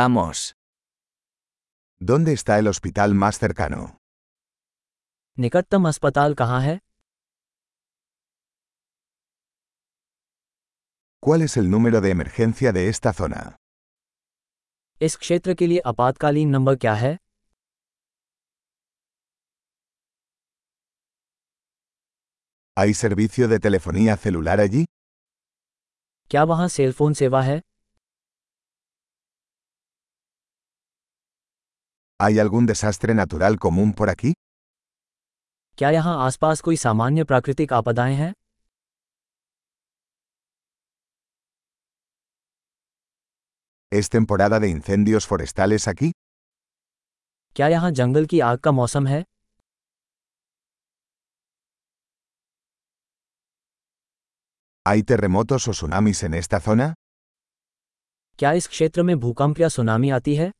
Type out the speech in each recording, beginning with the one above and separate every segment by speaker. Speaker 1: Vamos.
Speaker 2: ¿Dónde está el hospital más cercano?
Speaker 3: निकटतम अस्पताल कहाँ है
Speaker 2: ¿Cuál es el número de emergencia de esta zona?
Speaker 3: इस क्षेत्र के लिए आपातकालीन नंबर क्या है
Speaker 2: ¿Hay servicio de telefonía celular allí?
Speaker 3: क्या वहाँ सेलफोन सेवा है
Speaker 2: ¿Hay algún desastre natural común por aquí?
Speaker 3: क्या यहाँ आसपास कोई सामान्य प्राकृतिक आपदाएं हैं
Speaker 2: ¿Es temporada de incendios forestales aquí?
Speaker 3: क्या यहाँ जंगल की आग का मौसम है
Speaker 2: ¿Hay terremotos o tsunamis en esta zona?
Speaker 3: क्या इस क्षेत्र में भूकंप या सुनामी आती है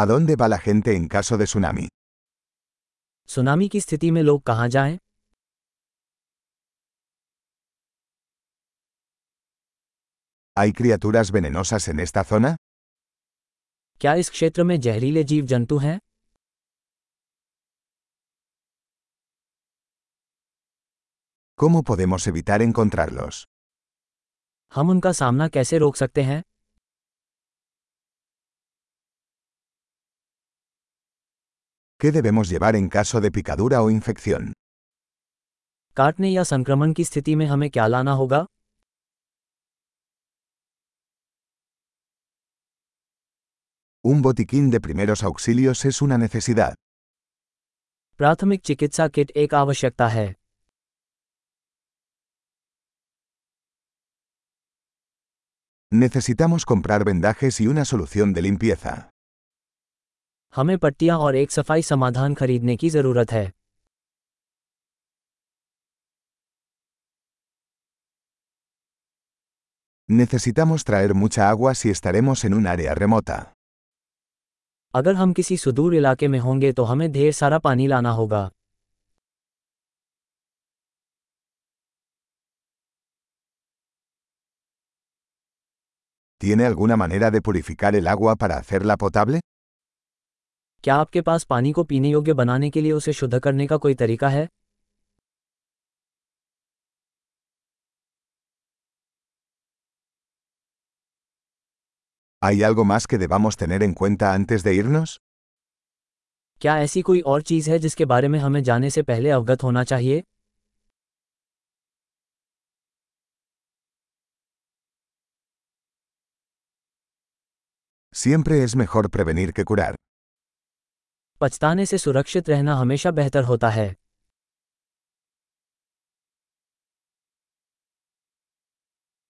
Speaker 2: ¿A dónde va la gente en caso de tsunami?
Speaker 3: सुनामी की स्थिति में लोग कहाँ जाएं
Speaker 2: ¿Hay criaturas venenosas en esta zona?
Speaker 3: क्या इस क्षेत्र में जहरीले जीव जंतु हैं
Speaker 2: ¿Cómo podemos evitar encontrarlos?
Speaker 3: हम उनका सामना कैसे रोक सकते हैं
Speaker 2: ¿Qué debemos llevar en caso de picadura o infección?
Speaker 3: काटने या संक्रमण की स्थिति में हमें क्या लाना होगा
Speaker 2: Un botiquín de primeros auxilios es una necesidad.
Speaker 3: प्राथमिक चिकित्सा किट एक आवश्यकता है
Speaker 2: Necesitamos comprar vendajes y una solución de limpieza.
Speaker 3: हमें पट्टियाँ और एक सफाई समाधान खरीदने की ज़रूरत है
Speaker 2: Necesitamos traer mucha agua si estaremos en un área remota.
Speaker 3: अगर हम किसी सुदूर इलाके में होंगे तो हमें ढेर सारा पानी लाना होगा
Speaker 2: ¿Tiene alguna manera de purificar el agua para hacerla potable?
Speaker 3: क्या आपके पास पानी को पीने योग्य बनाने के लिए उसे शुद्ध करने का कोई तरीका है
Speaker 2: ¿Hay algo más que debamos tener en cuenta antes de irnos?
Speaker 3: क्या ऐसी कोई और चीज़ है जिसके बारे में हमें जाने से पहले अवगत होना चाहिए
Speaker 2: Siempre es mejor prevenir que curar.
Speaker 3: पछताने से सुरक्षित रहना हमेशा बेहतर होता है